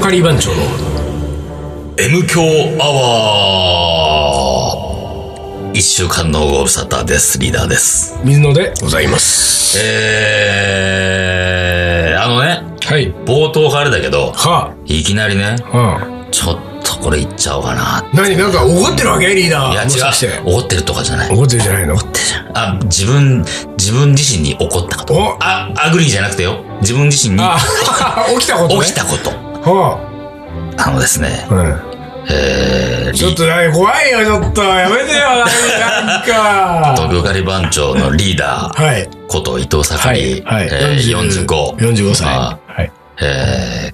カリー番長の M 強アワー一週間のご無沙汰です。リーダーです。水野でございます。えー、あのね、はい冒頭からだけど、はいきなりね、あうんちょっとこれ言っちゃおうかな。何なんか怒ってるわけリーダー。いや、もしかして違う。怒ってるとかじゃない。怒ってるじゃないのあ、自分、自分自身に怒ったこと。おあ、アグリーじゃなくてよ。自分自身にあ 起きたことね。起きたこと。はあのですね、あうん。えー、ちょっと何怖いよ、ちょっと。やめてよ、なん か。東京カリ番長のリーダーはい。こと伊藤は盛い。り、はい。えー40 45。 45歳。あはい。え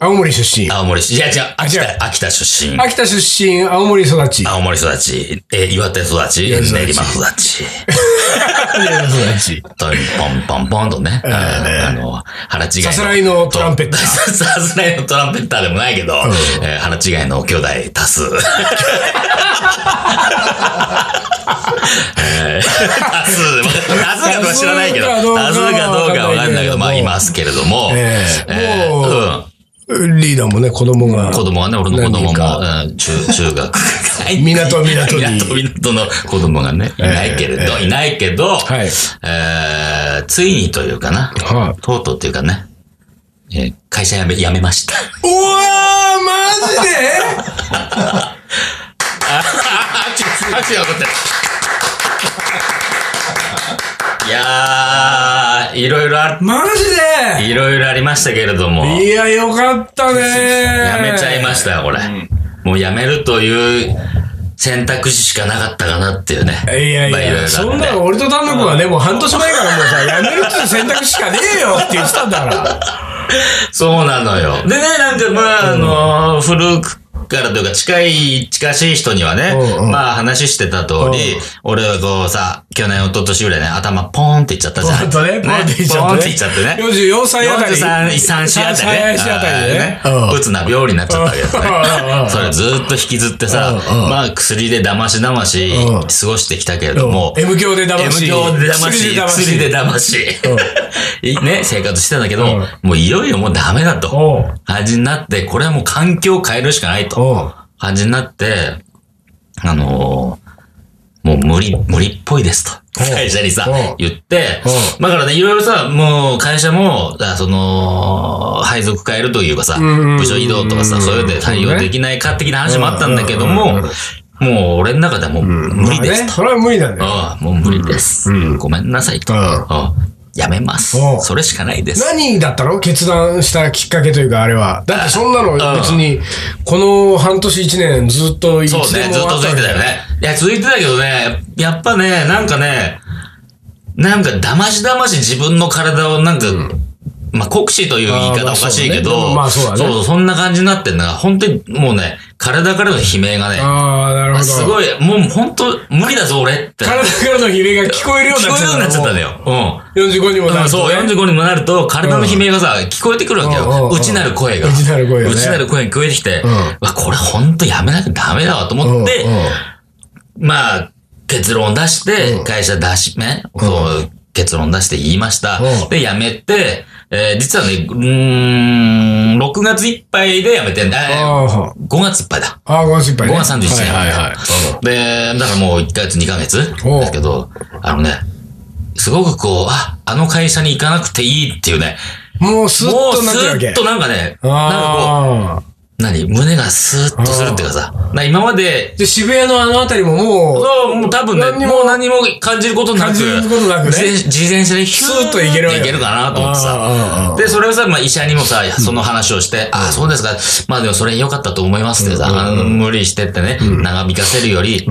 青森出身ー、。青森市、いや違う、秋違う田、秋田出身。秋田出身、青森育ち。青森育ち、えー、岩手育ち、練岩手育ち馬育 ち。育ち。と、ポンポンポンとね、あの、腹違いの。さすらいのトランペッター さすらいのトランペッターでもないけど、えー腹違いの兄弟足 す。えー多数、多数かどうか知らないけど、多数かどう多かは数かどうかわかんないけど、まあいますけれども、えええーもううんリーダーもね、子供が。子供はね、俺の子供何人も、かうん中、 中学くらい。港港に港港の子供がね、いないけれど、いないけど、はいえーついにというかな、はいとうとうっていうかね、えー会社辞め、辞めました。うわーマジであっち、あっちが怒ってる。いやー、いろいろあ、マジいろいろありましたけれども、でいや、よかったねやめちゃいましたよ、これ。もうやめるという選択肢しかなかったかなっていうね。いやいまあろや、ろそあんってなの俺と丹野くんはね、もう半年前からもうさ、やめるっていう選択肢しかねえよって言ってたんだから。そうなのよ。でね、なんかまあ、あの古くからというか近い、近しい人にはね、うんうんまあ話してた通り、俺はこうさ、去年、一昨年ぐらいね、頭ポーンっていっちゃったじゃん。ポーンとねポーンっていっちゃってねポーンっていっちゃってね。 44歳あたり。 43、3四あたりね。 3 4あたりでね。うつな病になっちゃったわけですねうんう。んそれずっと引きずってさ、うんうんまあ薬で騙し騙しうん過ごしてきたけれうどんも、 M 教で騙 M し。教で騙薬し、で騙し薬で騙し、 ね、生活してたんだけど、うんもういよいよもうダメだと、おう感じになって、これはもう環境を変えるしかないと、おう感じになって、あのーもう無理、無理っぽいですと。おう会社にさおう、言っておう、だからね、いろいろさ、もう会社も、あその、配属変えるというかさ、んうんうん部署移動とかさ、そういうので対応できないか的な話もあったんだけども、もう俺の中ではもう無理でますあねと。それは無理なんだよ。ああ、もう無理です。うんごめんなさいと。うんああやめますお。うそれしかないです。何だったの決断したきっかけというか、あれは。だってそんなのん別に、この半年一年ずっといつそうね、ずっと続いてたよね。。いや、続いてたけどね、やっぱね、なんかね、なんか騙し騙し自分の体をなんか、まあ、酷使という言いあーま方あおかしいけど、そうねまあそうだねそう、そんな感じになってんだが、本当にもうね、体からの悲鳴がね、ああ、なるほど。すごい、もう本当無理だぞ俺って。体からの悲鳴が聞こえるように聞なこっえちゃっるようになっちゃったたのの。よ。うん。 45にもなうんるとそう、ね。 45にもなると、体の悲鳴がさ、聞こえてくるわけうんうんよう。ん内なる声が。内なる声がね内なる声が聞こえてきて、んわ、これほんとやめなきゃダメだわと思ってうん、うんまあ、結論出して、会社出し、ね、そう、結論出して言いましたう。んで、辞めて、えー実はね、うーん、6月いっぱいで辞めてんだ。あ5月いっぱいだ。あ、ああ、ごめんなさいいっぱい5ね。月31日はいはいはい。で、だからもう1ヶ月、2ヶ月おうですけど、あのね、すごくこう、あ、あの会社に行かなくていいっていうね、もうスッもうとなってるわスけ。ーッとなんかね、なんかこああ。う、何胸がスーッとするっていうかさ、なんか今まで、で、渋谷のあの辺りももそうもう多分何にね、ももう何も感じることなく、感じることなくね自転自転車でヒューッスーッとい行けるわけけるかなと思っあてーさあ。ーで、それをさ、まあ医者にもさ、その話をして、ああ、そうですか。まあでもそれ良かったと思いますってさ、あの無理してってね、長引かせるより、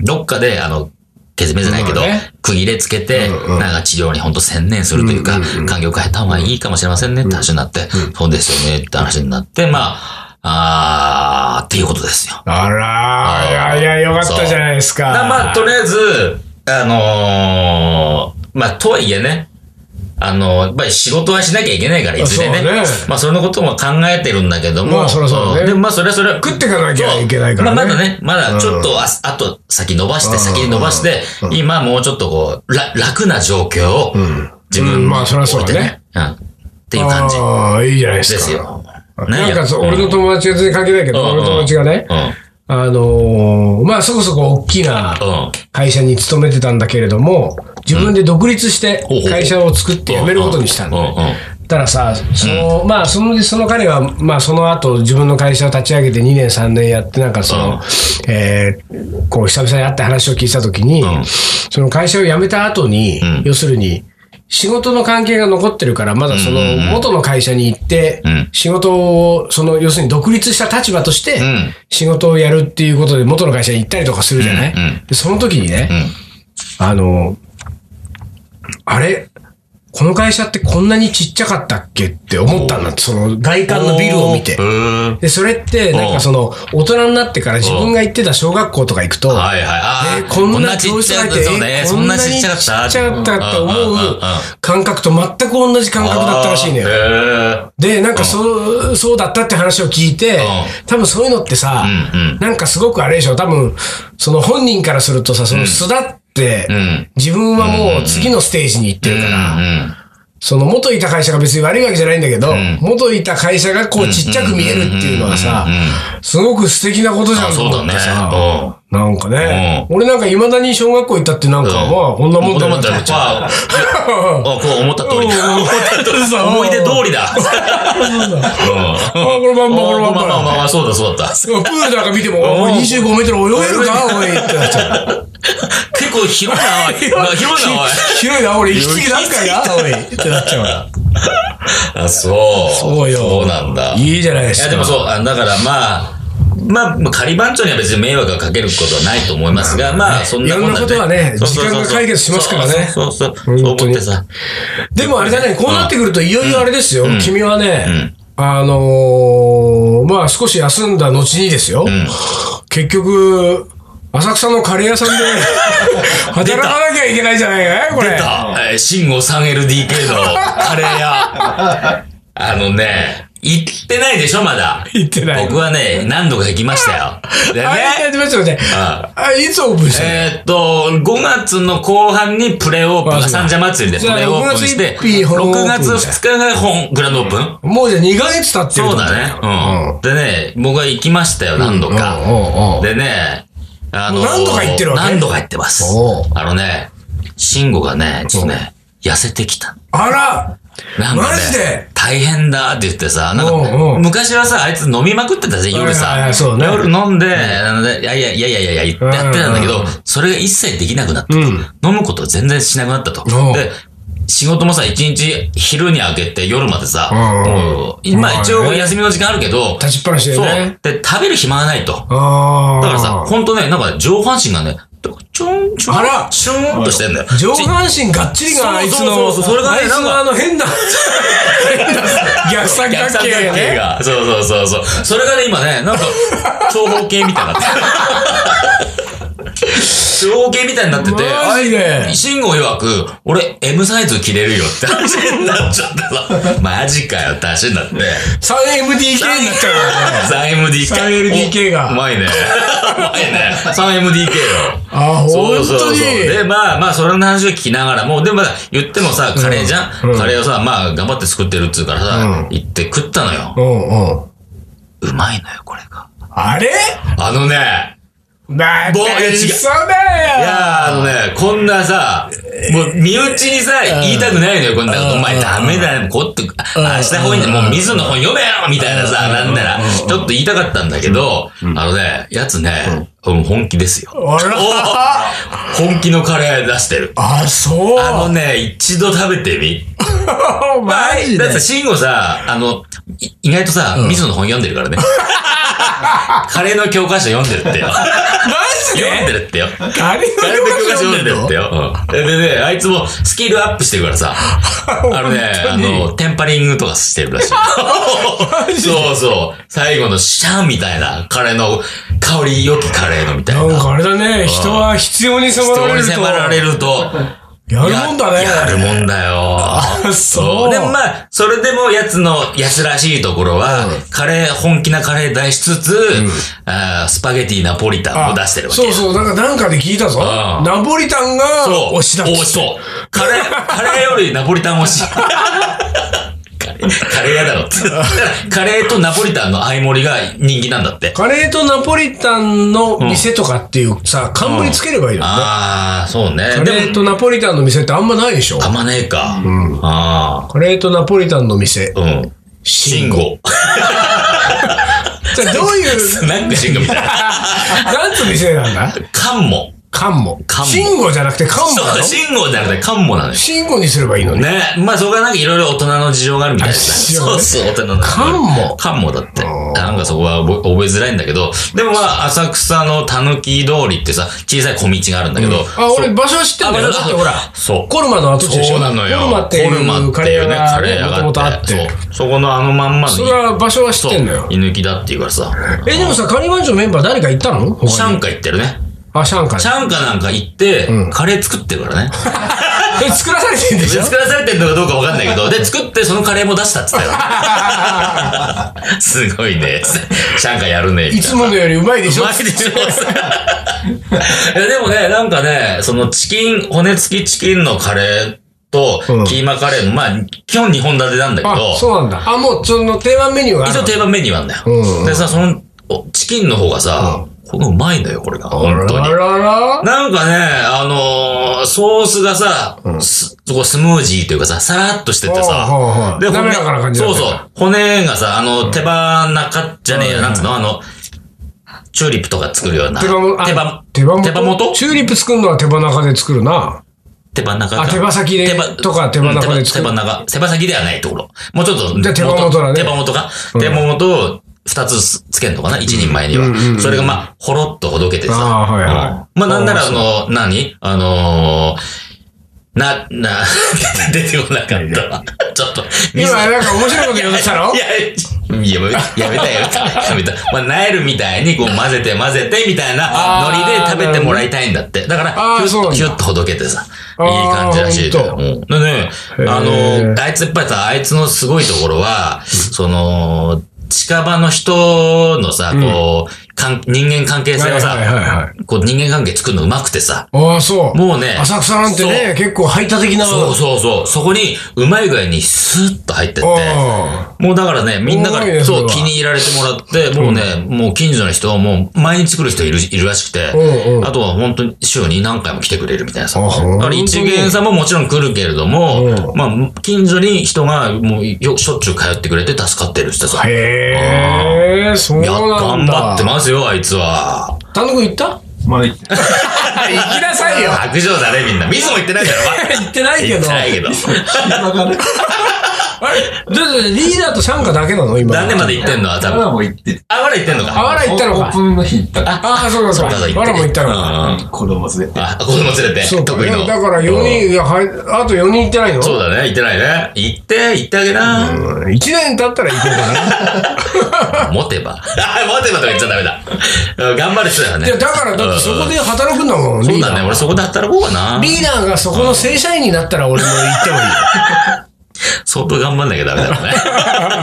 どっかで、あの、手詰めじゃないけど、まあね区切れつけて、なんか治療にほんと専念するというか、環境変えた方がいいかもしれませんねって話になって、そうですよねって話になって、まあ、あーっていうことですよ。う、あらあーー、いやいや、よかったじゃないですか。だまあ、とりあえず、あのーまあ、とはいえね、あのーやっぱり仕事はしなきゃいけないから、いずれね。そうねまあ、そのことも考えてるんだけども。まあそりゃそうだねんでもまあ、それはそれは。食ってかなきゃいけないからねまあ、まだね、まだちょっとあ、あと先伸ばして、うん先に伸ばして、今もうちょっとこう、ら楽な状況を、自分うにんまあそりゃそうだね置いて。うん。っていう感じああ、いいじゃないでですすか。よ。あねなんかそう、うん俺の友達が全然関係ないけど、うんうん俺の友達がね、うん。あのーまあそこそこ大きなうん。会社に勤めてたんだけれども、自分で独立してほうほう会社を作って辞めることにしたんだうんうんうんね。たらさ、その、まあその、その彼は、まあその後自分の会社を立ち上げて2年3年やって、なんかその、うんえーこう久々に会って話を聞いたときに、うんその会社を辞めた後に、うん要するに、仕事の関係が残ってるから、まだそのうんうんうん元の会社に行ってうん、仕事を、その要するに独立した立場としてうん、仕事をやるっていうことで元の会社に行ったりとかするじゃない、うんうんでその時にね、うん。あの、あれこの会社ってこんなにちっちゃかったっけって思ったんだって、その外観のビルを見てへ。ーで、それって、なんかその、大人になってから自分が行ってた小学校とか行くと、はいはい。あえーーこんなちっちゃ教い室入ってそうね。えーそんなちっちゃかこっんなた。にちっちゃかったって思んんんんう感覚と全く同じ感覚だったらしいのよ。あで、なんかそう、そうだったって話を聞いて、多分そういうのってさ、ーへーなんかすごくあれでしょ、多分、その本人からするとさ、その巣立って、うん。うん。自分はもう次のステージに行ってるから、うんその元いた会社が別に悪いわけじゃないんだけど、ん元いた会社がこうちっちゃく見えるっていうのはさうんうんうんうん、すごく素敵なことじゃんと思ってあさ、そうなんかね、う俺なんか未だに小学校行ったってなんか、うんまあこんなもんだ思なっってた思らっちゃう。あ、こう思った通りだ。うん思った通りそう思い出通りだ。うん。あこれまんまこれまんまあまあまあま。まあ、そうだそうだ。プールなんか見ても、おい25メートル泳げるかおいってなっちゃう。結構広いな、おい。広いな、おい。広いな、 俺、息継ぎ何回やおいってなっちゃうから。あ、そう。そうよそうなんだ。いいじゃないでいすや、か。でもそう、あだからまあ、まあ、まあ仮番長には別に迷惑がかけることはないと思いますが、まあ、そんなこんなんでいろんなことはねそうそうそうそう時間が解決しますからねそうそうそう。そ本う当思っにてさ。でもあれだね、こうなってくると、いよいよあれですよ、うん君はね、うんあのーまあ少し休んだ後にですよ、うん。結局、浅草のカレー屋 さんで働かなきゃいけないじゃないかいこれ。出たえー信号 3LDK のカレー屋。 あのね、行ってないでしょ、まだ。行ってない僕はね、何度か行きましたよ。であれやね、ってましたよね。ああいつオープンしたのえーっと、5月の後半にプレオープあン、そう三社祭りです。じプゃあレオープンして、 6月一日本オープ6ン月2日が本、グランドオープンもうじゃあ2ヶ月経ってるそうってことだね。うん。でね、僕は行きましたよ、何度うんうんうんうかん。でね、あのー、何度か行ってるわけ何度か行ってますおう。あのね、慎吾がね、ちょっとね、痩せてきた。あらなんかねマジで大変だって言ってさ、なんか、うんうん昔はさ、あいつ飲みまくってたぜ、夜さ。はいはいはいそうね夜飲んで、あのねいやいやいやいやいや、やってやってたんだうんけどうん、それが一切できなくなったと。うん飲むことを全然しなくなったと。うんで仕事もさ、一日昼に開けて夜までさ、うんうんもう今一応まあね休みの時間あるけど、立ちっぱなしでそうね。。で、食べる暇がないと。ああ。だからさ、ほんとね、なんか上半身がね、ちょんちょんあら、ちょんとしてんだよ。上半身がっちりがあいつそうの、そうそうそれがねあいつなんのかあの変 な、変な逆三角逆三形角がね形。が。そうそうそうそう。それがね、今ね、な んか、長方形みたいになってる。長方形みたいになってて、マジであ慎吾曰く、俺 M サイズ着れるよって話になっちゃってさ、マジかよって話に なっ 3MDK て。になっちゃうからね。 3MDK。 3LDK がうまいね。うまいね。3MDK よ。あ、本そうそ当うにそう。で、まあまあ、それの話を聞きながらも、でもまあ言ってもさ、カレーじゃん、うんカレーをさ、まあ頑張って作ってるっつうからさ、う行って食ったのよ。うんうん。うまいのよ、これが。あれあのね、だってぼいや違う嘘いだよやーあのね、こんなさ、もう身内にさ、言いたくないのよ、こんなこと。うおん前ダメだよ、こっと、あ明日本に、もう水野の本読めよみたいなさ、なんなら、ちょっと言いたかったんだけど、あのね、やつね、うん本気です よ。あら本気のカレー出してる。あ、そう。あのね、一度食べてみ。 マジでだって慎吾さ、あの、い意外とさ、水野の本読んでるから ね。カレーの教科書読んでる ってよ。マジ読んででるってよ。ガリガガレリンのデ教科書読読んんででるるってよ。うんでね、あいつもスキルアップしてるか らさ、あのね、あの、テンパリングとかしてる らしい。そうそう。最後のシャンみたいな、カレーの、香り良きカレーのみたいなんな。かあれだね、人は必要に迫人られにると。迫られる と、やるもんだね。ややるもんだよ。 そうで、まあ、それでも、やつの、やつらしいところは、カレー、本気なカレー出しつつ、あースパゲティナポリタンを出してるわけ。そうそう、なんか、なんかで聞いたぞ。うんナポリタンがそう。推しだっ推しそう。カレー、カレーよりナポリタン推し。カレカレー屋だろっつったら。カレーとナポリタンの相盛りが人気なんだって。カレーとナポリタンの店とかっていうさ、冠つければいいのね。ああ、そうね。カレでーも、とナポリタンの店ってあんまないでしょあんまねえか。うん。あカレーとナポリタンの店。あ。うん。シンゴ。じゃあどういう、スナック シンゴみた いな。なんつう店なんだカンモ。カンモ。カンモシンゴじゃなくてカンモなそう、のシンゴじゃなくてカンモなのよ。シンゴにすればいいのね。ね。まあそこはなんかいろいろ大人の事情があるみたいですあ事情ね。ねそうそう、大人の事情。カンモカンモだって。あーなんかそこは覚え覚えづらいんだけど、でもまあ浅草のたぬき通りってさ、小さい小道があるんだけど。あ、俺場所は知ってんだよ。あだ場っ所てほら、そうコルマの跡地でしょそうなのよ。コルマっていうカレー屋がね、もともとあって。そう。そこのあのまんまの。それは場所は知そっう、てんのよ。居抜きだっていうからさ。え、でもさ、カニ番長メンバー誰か行ったの他にシャンカ行ってるね。あ、シャンカシャンカなんか行って、カレー作ってるからね。え、作らされてんでしょ作らされてるのかどうかわかんない けど、で、作ってそのカレーも出したって言ってたよ。すごいね。シャンカやるね、みたいいな。つものよりうまいでしょマジでしょいやでもね、なんかね、そのチキン、骨付きチキンのカレーとうん、キーマカレーの、まあ、基本2本立てなんだけど、あ、そうなんだ。あ、もうその定番メニューがあ一る応の。定番メニューなんだよ。うんでさ、その、おチキンの方がさ、このうまいんだよ、これが。本当にあ。らららなんかね、あのーソースがさ、すこうスムージーというかさ、さらっとしててほうほうほさう、骨滑らかな感じだそねうそう。骨がさ、あの、手羽中じゃねえうんや、なんつうのあの、チューリップとか作るような。手羽も、あ手羽、手羽元手羽元チューリップ作るのは手羽中で作るな。手羽中かあ、手羽先で手羽、とか手羽中うでん手作羽る。手羽中。手羽先ではないところ。もうちょっと。じゃあ手羽元だね手羽元か。手羽元を二つすつけんのかな一人前にうんうんうんうんは。それがまあ、ほろっとほどけてさ。あーはいはいうんまあ、なんならあの、何あのー、な、な、 出てこなかったわ。 ちょっと。水今なんか面白いこと言おうとしたのいや、いややめたやめたやめた。まあ、ナエルみたいにこう混ぜて混ぜてみたいなあーノリで食べてもらいたいんだって。だからあー、キュッそうなんだと、キュッとほどけてさ、あいーい感じらしいだよ。ほうんでね、あへーの、あいつやっぱりさ、あいつのすごいところは、その、近場の人のさ、こう、かん人間関係性をはいはいはいはさ、こう人間関係作るのうまくてさ、ああ、そう。もうね浅草なんてね、結構排他的な。そうそうそう、そこにうまい具合にスーッと入ってって、あもうだからね、みんなかすごいねら、そう、それ気はに入られてもらって、もうね、もう近所の人はもう毎日来る人いる、いるらしくてうんう、んあとは本当に週に何回も来てくれるみたいなさ。あほんとにだから一元さんももちろん来るけれどもう、まあ、近所に人がもうよしょっちゅう通ってくれて助かってる人さ。あ。いへえ、そうや、なん頑だ。張ってますよ、あいつは。丹野くん 行ったまだ行 ってない行きなさいよ。白状だね、みんな。水も言ってないだろ、 行ってないけ言っどて。ないけど。今から。あれだってリーダーと参加だけなの今。何年まで言ってんのは多今分。はもう行ってる。あ、まだ言ってんのあか。わら行ったのオかー。プンの日行ったかああ、そうだそうまだ言ってだ。るわらも行ったのか。うんら。子供連れて。あ、子供連れてそう、得意の。だから4人、いや、はい、あと4人行ってないのそうだね、行ってないね。行って、行ってあげな。うん。1年経ったら行こうかな。 持てば。あ 持てばとか言っちゃダメだ。うん頑張る人だよね。いや、だから、だってそこで働くんだもん、そリうーダだね、ー。俺そこで働こうかな。リーダーがそこの正社員になったら俺も行ってもいいよ。相当頑張んなきゃダメだろうね。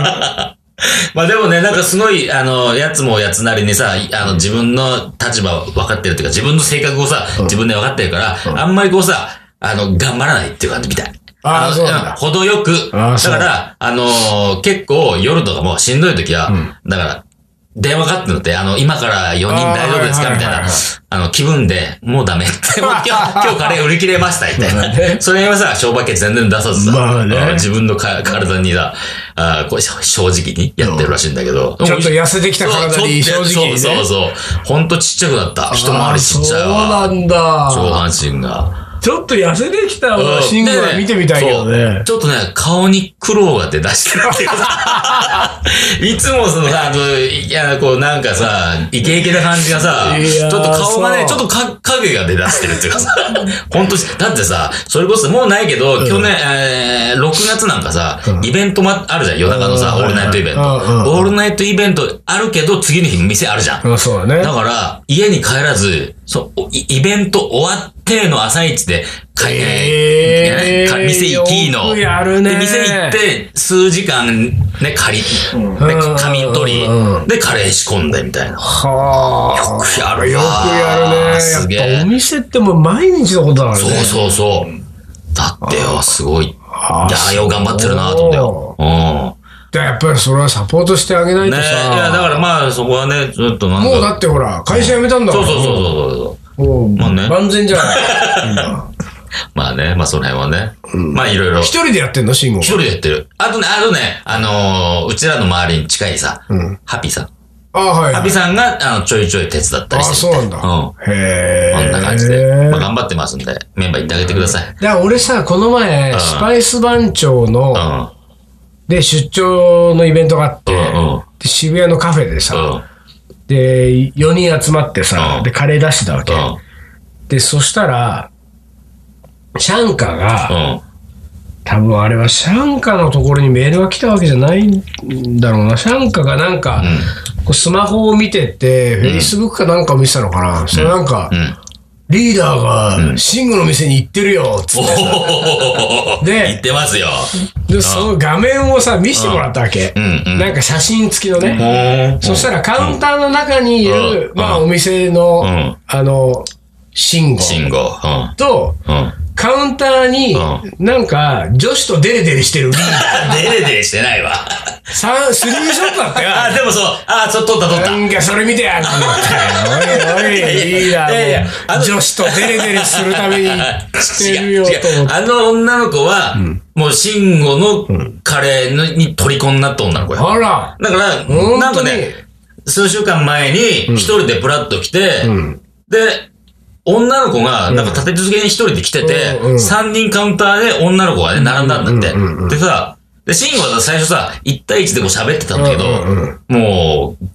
まあでもね、なんかすごい、あの、やつもやつなりにさ、あの、自分の立場を分かってるっていうか、自分の性格をさ、自分で分かってるから、あんまりこうさ、あの、頑張らないっていう感じみたい。あーのそうなんだ程よく。あーだそうから、あのー結構夜とかもしんどい時は、だから、電話かかってんのって、あの、今から4人大丈夫ですあーかみたいはいはいはいなはい。あの、気分で、もうダメって。もう今 日、今日カレー売り切れました、みたいな。それはさ、商売券全然出さずさ、まあねうん自分のか体にさ、あーこうし正直にやってるらしいんだけど。ちょっと痩せてきた体に正そうちょっと直にね。そうそうそう。ほんとちっちゃくなった。一回りちっちゃいあわ。そうなんだ。上半身が。ちょっと痩せてきたうんシングル見てみたいけどでそねう。ちょっとね、顔に苦労が出だしてるっていう かさいつもそのさ、あの、いや、こうなんかさ、イケイケな感じがさ、いちょやーっと顔がね、ちそょうっとか影が出だしてるっていうかさ、ほんと、だってさ、それこそもうないけど、去年、えー6月なんかさ、イベントもあるじゃん、夜中のさ、うオんールナイトイベント。うんうんオールナイトイベントあるけど、次の日店あるじゃん。うんそうだね。だから、家に帰らず、そう、おイイベント終わっての朝一で、帰えーか店行きの。よくやるねで店行って、数時間、ね、借り、でうん仮眠取りう、で、カレー仕込んでみたいな。はくやあ。るよわくやるね。すげえやっぱお店ってもう毎日のことだからね。そうそうそう。だってよ、すごいって。あいやー、よう頑張ってるなと思ったよ。うだからやっぱりそれはサポートしてあげないん。ねといさ。や、だからまあ、そこはね、ずっとなんか。もうだってほら、会社辞めたんだかそら。うそうそうそうそう。もう、まあね万全じゃ ない。今まあね、まあその辺はね。まあいろいろ。一人でやってんの慎吾。一人でやってる。あとね、あとね、あのーうちらの周りに近いさ、ハピーさん。ああ、はいハはピーい。さんが、あの、ちょいちょい手伝っああ、たりしてそうなんだ。うん。こへえ。んな感じで。まあ頑張ってますんで、メンバー行ってあげてください。だから俺さ、この前、んスパイス番長の、うん。で、出張のイベントがあって、うんうんで渋谷のカフェでさ、うん。で、4人集まってさ、うんで、カレー出してたわけ。うん。で、そしたら、シャンカが、うん。多分あれはシャンカのところにメールが来たわけじゃないんだろうな。シャンカがなんか、こうスマホを見てて、フェイスブックかなんかを見てたのかな。それなんか、うん。リーダーが、シングの店に行ってるよ、つって。おおで言ってますよ。で、その画面をさ、見せてもらったわけ。うんうんなんか写真付きのね。うん。そしたらカウンターの中にいる、うんまあうんお店の、うんあの、シンゴ信号。うん。と、うん。 カウンターにうなんか女子とデレデレしてるリーダー。デレデレしてないわ。さんスリーショットだったよ。 あ、でもそう。あ、ちょっと撮った撮った。なんかそれ見てやって思って。おいおい、リーダいやいやーあもの女子とデレデレするためにしてるよと違う違思うって。あの女の子は、もう、慎吾のカレーのに虜になった女の子や。あら、だから、当になんかね、数週間前に、一人でプラッと来て、で、女の子が、なんか立て続けに一人で来ててうんう、ん三、人カウンターで女の子がね、並んだんだって。でさ、で、慎吾は最初さ、一対一でこう喋ってたんだけど、うんうんもう、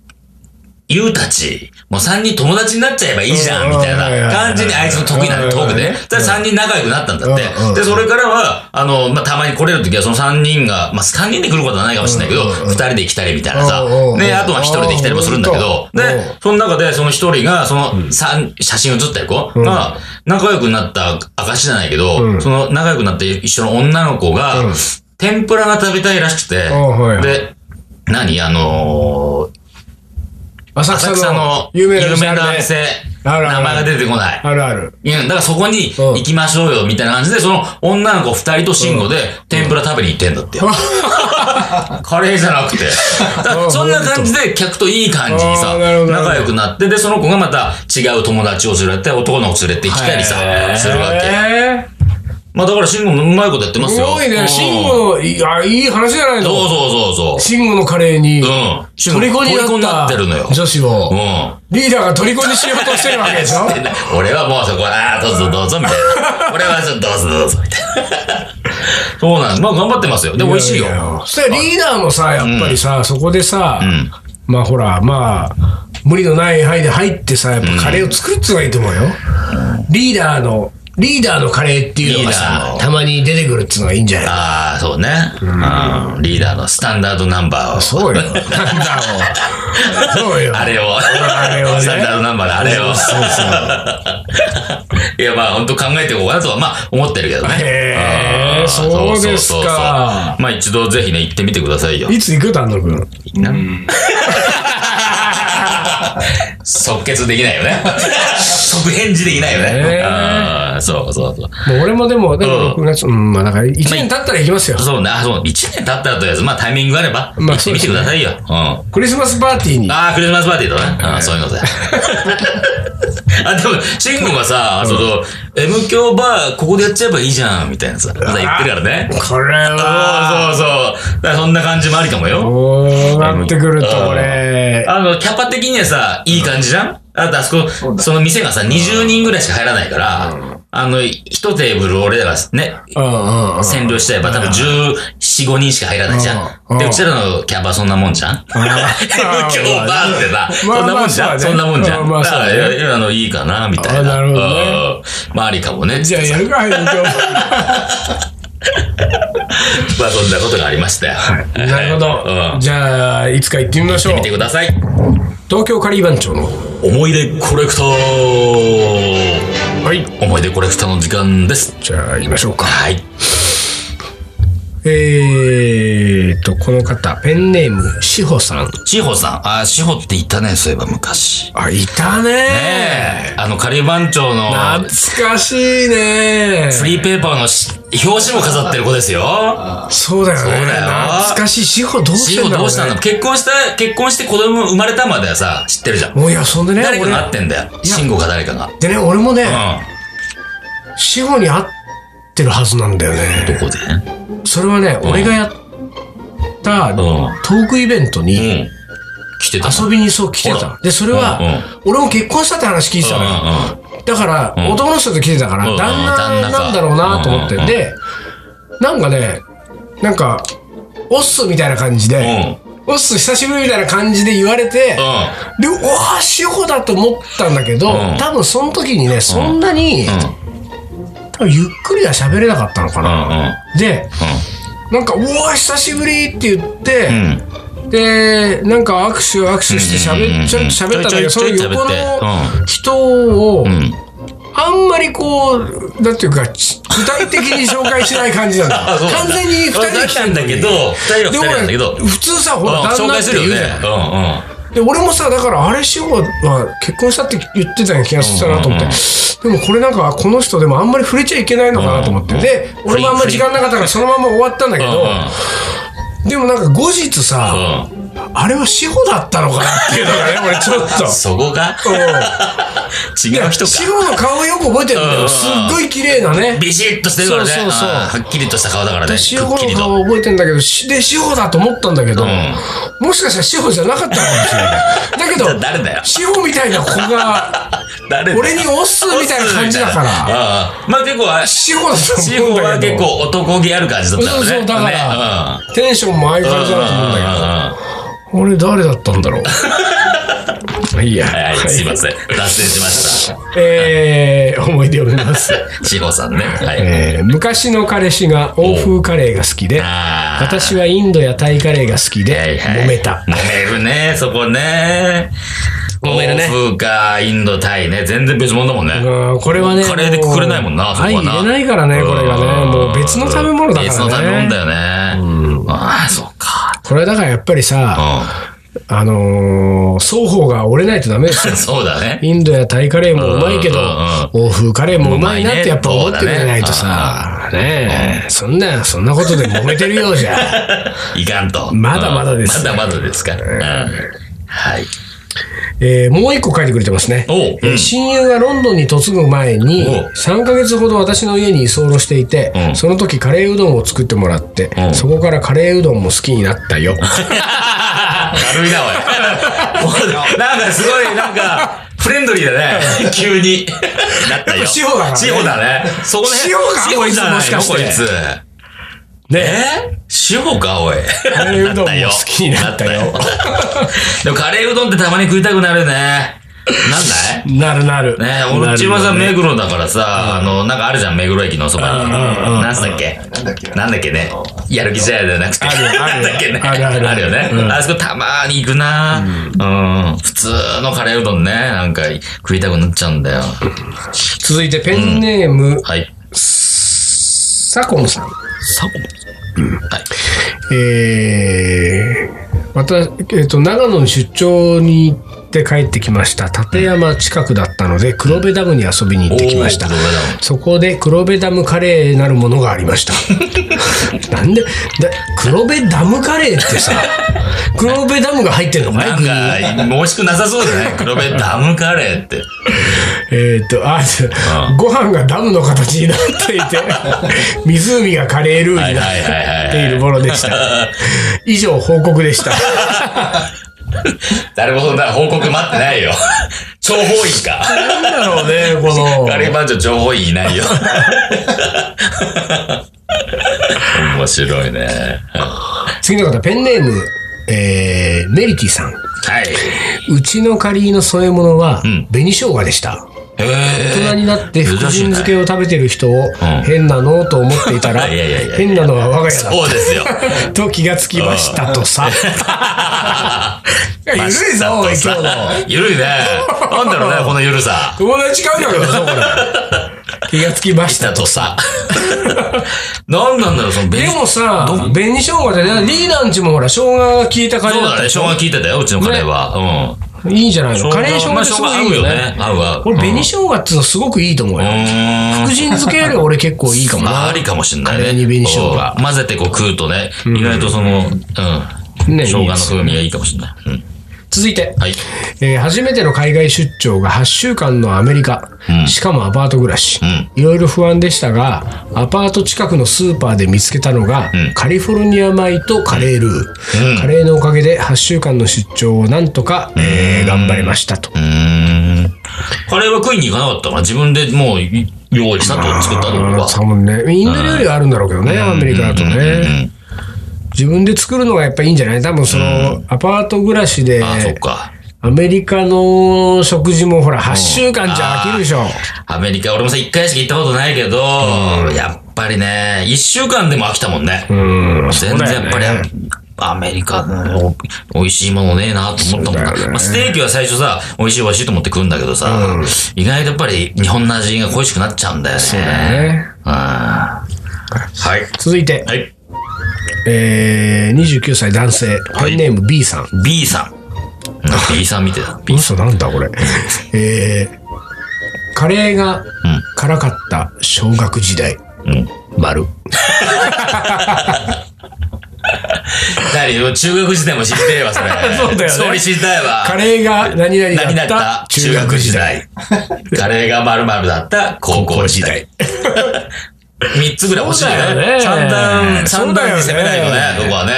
ゆうたち、もう三人友達になっちゃえばいいじゃん、みたいな感じにあいつの得意なトークで。だから3人仲良くなったんだってうんうん。で、それからは、あの、まあ、たまに来れる時はその3人が、まあ、3人で来ることはないかもしれないけど、2人で来たりみたいなさうんうんう。んで、あとは1人で来たりもするんだけど、うんうんで、その中でその1人が、その三写真写ったや子が、仲良くなった証じゃないけど、その仲良くなって一緒の女の子が、天ぷらが食べたいらしくてあはいは、いで、何あのー、浅浅草草のの有有名名な店あるなね店、あるある名前が出てこない。あるある。いや、だからそこにうん行きましょうよ、みたいな感じで、その女の子二人と慎吾で天ぷら食べに行ってんだってよ。 カレーじゃなくて。だかうんらそんな感じで客といい感じにあさ、ーなるほどなるほど仲良くなって、で、その子がまた違う友達を連れて、男の子連れてきたりさへ、ーするわけ。まあだから慎吾もうまいことやってますすよ。ごいうんね。慎吾、いや、いい話じゃないそうの。そうそうそう。慎吾のカレーに、うん。慎吾虜に虜にななっってたるのよ。女子うを、ん。リーダーが虜にしようとしてるわけでしょしてない 俺はもうそこは、あーどうぞどうぞ、みたい な。俺はちょっとどうぞどうぞ、みたいな。そうなんまあ頑張ってますよ。で、美味しいよ。や。そしたらリーダーもさ、やっぱりさ、そこでさん、まあほら、まあ、無理のない範囲で入ってさ、やっぱカレーを作るってのがいいと思うよ。リーダーの、リーダーのカレーっていうのがリーダーさの、たまに出てくるっていうのがいいんじゃないああ、そうね。うん。リーダーのスタンダードナンバーを。そうよ。な んだろう。そうよ。あれを。あれをねスタンダードナンバーのあれを。そうそう。いや、まあ、本当考えていこうかなとは、まあ、思ってるけどね。へーうんそうですかそうそうそうまあ、一度ぜひね、行ってみてくださ いよ。いつ行く丹野くん。いいな。即決できないよ ね。即返事できないよねえね。あーそうそうそもう。う俺もでも、だから6月、うん、まあだから1年経ったら行きますよ。そうね、あそう、1年経ったらとりあえず、まあタイミングがあれば、まあ行ってみてくださいよ。うん。あクリスマスパーティーに。あー、クリスマスパーティーだね。うん、そういうの だ。あ、でも、シンゴがさ、その、M 響バー、ここでやっちゃえばいいじゃん、みたいなさ、まだ言ってるからね。これは、ああ、そうそう。だからそんな感じもありかもよ。こうなってくるとこれ、あの、キャパ的にはさ、いい感じじゃんあとあそこ、その店がさ、20人ぐらいしか入らないから、あの、一テーブル俺らがね、うんうんうん。占領しちゃえば多分14、5人しか入らないじゃうんん。で、うんうちらのキャバそんなもんじ ゃん 今日バーってさ、まあそんなもんじまあそうゃんねそんなもんじゃうんんまあだからそうねいやあの、いいかな、みたいな。あなるほどねうんまあ、ありかもね。じゃあやるか、勉強。 まあ、そんなことがありましたよ。 なるほど。 うんじゃあ、いつか行ってみましょう見。てください。東京カリー番長の。思い出コレクターはい。思い出コレクターの時間です。じゃあ、行きましょうか。はい。えーえっ、と、この方、ペンネーム、しほさん。志保さん。あ、志保っていたね、そういえば昔。あ、いたねねえ。あの、仮番長の、懐かしいねフリーペーパーのし表紙も飾ってる子ですよ。そうだよね。そうだよ懐かしい。しほどうして志保んだろどう、うしたのね、結婚した、結婚して子供生まれたまではさ、知ってるじゃん。もういや、そんでね、誰かが会っ俺、てんだよ。慎吾か誰かが。でね、俺もね、うしほに会ってるはずなんだよん。ね。どこでそれはね、ん俺がやった、んトークイベントうに、ん。来てたの。遊びにそう来てほたら。で、それは、俺も結婚したって話聞いてたのよ。うんうんだから、うん男の人と来てたから、うん旦旦那那かなんだろうなと思って、うんうんで、なんかね、なんか、オッスみたいな感じで、うん。オッス久しぶりみたいな感じで言われて、うで、うわあ、志保だと思ったんだけど、うん多分その時にね、そんなに、ん。多分ゆっくりは喋れなかったのかうな。ん。うん。で、なんか、うわあ、久しぶりって言って、うん。で、なんか握手握手して喋っちゃ、うんうんうん喋ったんだけど、ちそょのいちょいちょい横喋ってうの人を、うん。うん。あんまりこう、なんていうか、ち具体的に紹介しない感じなん だ。そうなん完だ全に二人で来てなんだけど、二人は二で人なんだけど、俺、普通さ、ほら、うん旦紹那介っすてる言うよじねゃない。。うで、俺もさ、だから、あれ、志保は結婚したって言ってたような気がしたなと思って。でもこれなんか、この人でもあんまり触れちゃいけないのかなと思って。うんで、俺もあんま時間なかったから、そのまま終わったんだけんうん。ど、でもなんか後日さ、うんうん。あれは志保だったのかなっていうのがね、俺ちょっと。そこがうん違う人志か。保の顔よく覚えてるんだうんうよ。んすっごい綺麗なね。ビシッとしてるからね。そうそうそうあーはっきりとした顔だからね。くっ私志保きりのと。顔覚えてんだけど、しで、志保だと思ったんだけど、うもしかしたら志保じゃなかったのかもしれない。だけじゃあど、誰だよ。志保みたいな子が、誰だよ俺にオスみたいな感じだからああまあ結構、志保だ地と思方うんだはけ結ど、構男気ある感じだったよね。そうそうだからねテンションもああいう感じだと思うんだうんうんうんうんけど、俺誰だったんだろう。 いいや。はい、はい、すいません。脱線しま した。えー、思い出を見ます。志保さんね。はい。 えー昔の彼氏が欧風カレーが好きで、あー私はインドやタイカレーが好きはいで、はい揉めた。揉めるね、そこね。揉めるね欧風か、インド、タイね。全然別物だもんね。うんこれはね。カレーでくくれないもんな、そこはい、は入な。れないからね、これがね。もう別の食べ物だからね。別の食べ物だよね。ああ、そうか。これだからやっぱりさ、あのー、双方が折れないとダメですうよん。。 そうだね。インドやタイカレーもうまいけどうんうん欧風カレーもうまいなってやっぱ思ってくれないとさ、ねえ、そんな、そんなことで揉めてるようじゃ。いかんと。まだまだですうんまだまだですから。うんはい。えーもう一個書いてくれてますね。おうえーうん親友がロンドンに嫁ぐ前におう、 3ヶ月ほど私の家に居候していて、うんその時カレーうどんを作ってもらって、うんそこからカレーうどんも好きになったよ。軽い な、おい。なんかすごい、なんか、フレンドリーだね。急に。なったよ。塩だからね塩だね。そこね。塩か塩じゃないのこいつもしかしてこいつ。ねえ塩か、おい。カレーうどんも好きになったよなったよでもカレーうどんってたまに食いたくなるよね。なん なないるなる。ね俺、ちまさん、ね。目黒だからさ、あの、なんかあるじゃん、目黒駅のそばに。なんだっけなんだっけななんだっけねやる気じゃやじゃなくて。あるよあなるよんだっけねあるあるよねう。んあそこたまーに行くなうん。普通のカレーうどんね、なんか食いたくなっちゃうんだよ。続いてペンネーム、はい。サコムさん。サコはい。えー、また、えっ、と、長野に出張に行って帰ってきました。立山近くだったので、黒部ダムに遊びに行ってきましたおー黒部ダム。そこで黒部ダムカレーなるものがありま した。なんで、だ黒部ダムカレーってさ、黒部ダムが入ってるのかいなんか、美味しくなさそうだね。黒部ダムカレーって。えーっと、あ、そうご飯がダムの形になってい て、湖がカレールーになっているものでした。以上、報告でした。誰もそんな報告待ってない よ。情報員か。なんだろう ね、こガレーバンジョ情報員いな いよ。面白いね。次の方、ペンネーム、えー、メリティさん。はい。うちのカリーの添え物は、ん紅生姜でした。大人えになって福珍神しいね漬けを食べてる人を変なのと思っていたら、 いやいやいやいや変なのは我が家だそうです よ。と気がつきましたとさ。いや緩いぞ、おい、今日の。 ゆるいね。なんだろうね、このゆるさ。友達買うだけどさ、これ。気がつきまし。したたとさ。 なんなんだろう、そので紅もさ、紅生姜でね、リーダーんちもほら、生姜が効いたカレそーうだっただね、でし生ょ姜効いてたよ、うちのカレーは。いいんじゃなういん。のカレー生姜まっあてす生姜ご合いいういよよねね。。合う合う。俺、紅生姜ってのすごくいいと思ううよ。ん。福神漬けより俺結構いいかもまあ、なあ。りかもしんないカレね。ーに紅生姜そう混ぜてこう食うとね、意外とその、うん。ね生姜の風味がいいかもしんない。うん。続いて、はい。えー初めての海外出張が8週間のアメリカ、うんしかもアパート暮らし、ういろいろ不安でしたがアパート近くのスーパーで見つけたのが、うんカリフォルニア米とカレールー、うんカレーのおかげで8週間の出張をなんとか、えー頑張れましたと、うーん。カレーは食いに行かなかったから、自分でもうい用意したと作ったとこあはー。多分ねインド料理はあるんだろうけどね、アメリカだとね、自分で作るのがやっぱいいんじゃない多分その、アパート暮らしでああ、そっか。アメリカの食事もほら8週間じゃ飽きるでしょ、アメリカ、俺もさ、一回しか行ったことないけど、やっぱりね、一週間でも飽きたもんね。全然やっぱり、アメリカの美味しいものねえなと思ったもんそうだよな。ねまあ、ステーキは最初さ、美味しい美味しいと思って食うんだけどさ、意外とやっぱり日本の味が恋しくなっちゃうんだよね。そうだね。はい。続いて、はい。えー、29歳男性、ペンネーム B さん。 B さん。なんか B さん見てた。B 嘘なんだこれ。えー、カレーが辛かった小学時代。うん。丸。何中学時代も知りてえ わ、それ。そうだよねそれ知りたいわ。カレーが何々だ何だっったた中中学学時時代。代。カレーが〇〇だった高校時代。三つぐらい欲しいよそうだよね。ね三段、そう三だよ段ねに攻めないとね、そこはね。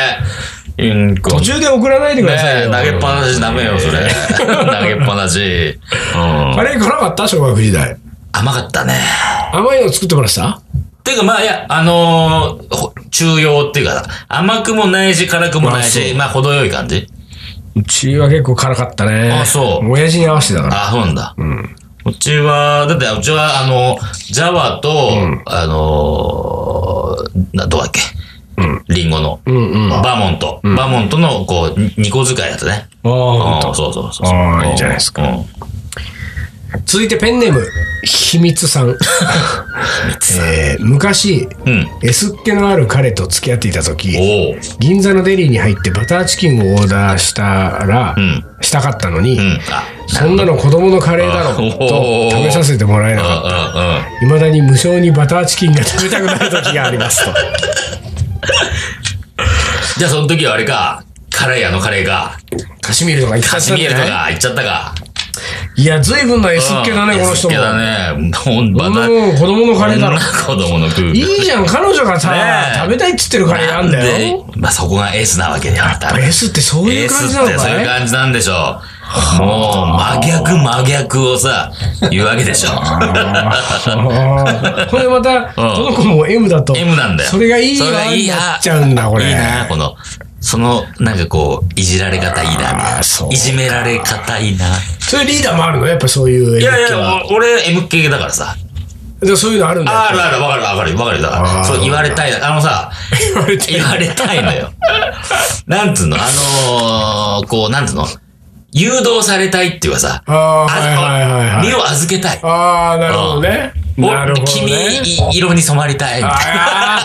うん、途中で送らないでくださいねよ。投げっぱなしダメよ、それ。投げっぱなし。うんカレー辛かった小学時代。甘かったね。甘いの作ってもらってたていうか、まあ、いや、あのーほ中庸っていうか、甘くもないし、辛くもないし、まあ、程よい感じ。うちは結構辛かったね。あそう親父に合わせてたから。あ、そうなんだ。うちは、だって、うちは、あの、ジャワと、あのーな、どうだっけ、リンゴの、うんうん。あバーモント、バーモントの、こう、に二個使いやつね。あ、ほんうとんそうそうそうそう。あーいいじゃないですか。うん続いてペンネーム、秘密さん。えー昔、うん。エスっ気のある彼と付き合っていた時おお。銀座のデリーに入ってバターチキンをオーダーしたら、んしたかったのに、うん。あ、そんなの子供のカレーだろおとー食べさせてもらえなかっうんうんうたん。未だに無性にバターチキンが食べたくなる時があり ますとじゃあ、その時はあれか、カレー屋のカレーか、カシミールとか行っちゃカっシたんミじールゃとないか行っちゃったか。いや随分なエスっ気だね、うんこの人もエスっ気だね。ほん、バター。うん子供のカレーだろこんな子供の空いいじゃん彼女がさ、ねえ食べたいっつってるカレーなんだよでまあそこがエースなわけだよ、あなたエスってそういエうース感っじなのてそうかいうね感じなんでしょう。もう、真逆真逆をさ、言うわけでしょ。あーこれまた、うんこの子も M だと M なんだよ。それがいいわそれがになっちゃうんだこれいいな、この、その、なんかこう、いじられ方いいな、みたいあなーそうかいじめられ方いいな。それリーダーもあるのやっぱそういう M いやい系はや、お俺 M 系だからさ。でそういうのあるんだよあるある、わかるわかるわかるだから。あーそう言われたいな。あのさ、言われて言われたいのよ。なんつうのあのー、こう、なんつうの誘導されたいっていうかさ、あーはいはいはいはい身を預けたい。ああなるほどねおなるほど君ね色に染まりたいみたいあ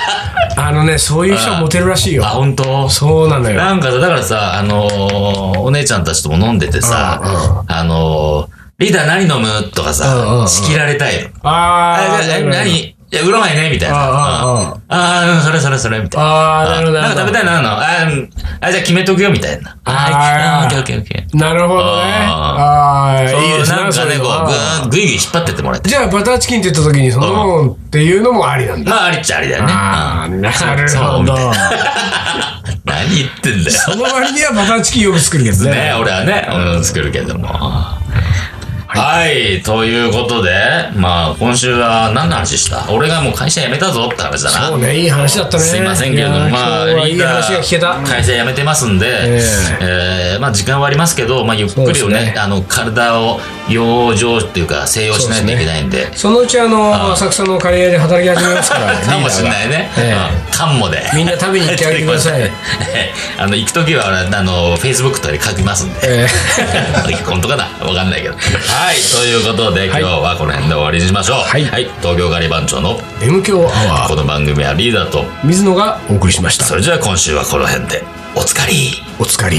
ーあのねそういう人はモテるらしいよな。あ、本当そうなのよなんかさだからさ、あのーお姉ちゃんたちとも飲んでてさ、あのーリーダー何飲むとかうんうんうさ、ん仕切られたいの。ああ、あじゃなあ、るほど何いや、裏前ねみたいな。あーあーああー、うんそれそれそれ、みたいな。あーなるほどなんか食べたいな、あの、あーあ、じゃあ決めとくよ、みたいな。あーあー、オッケーオッケーオッケー。なるほどねああそうーいいですねなんそかれね、こあーう、ぐーぐいぐい引っ張ってってもらって。じゃあバターチキンって言った時にそのもんっていうのもありなんだまあ、ありっちゃありだよね。ああうんなそうるそほうみどたいな何言ってんだよ。その割にはバターチキンよく作るけどねね俺はね、うん、作るけども。はい、ということで、まあ、今週は何の話した俺がもう会社辞めたぞって話だな。そうねいい話だったねすいませんけれどいやも、ーまあ、今日はいいリーダー話が聞け た会社辞めてますんで、えーまあ、時間はありますけど、まあ、ゆっくりそをうですねね、あの、体を養生っていうか、静養しないといけないんで、そのうちあの浅草のカレー屋で働き始めます からリーダかーもがしれないね。えうんかんもで。みんな食べに行ってあげてくださ いええあの、行くときは、あの、Facebook とかで書きますんで。えー 本当かなわかんないけど。ははい。ということで、今日はこの辺で終わりにしましょう。はいはい。東京ガリ番長の M 強アワこの番組はリーダーと、ー水野がお送りしましたそれじゃあ今週はこの辺で、おつかりお疲れ。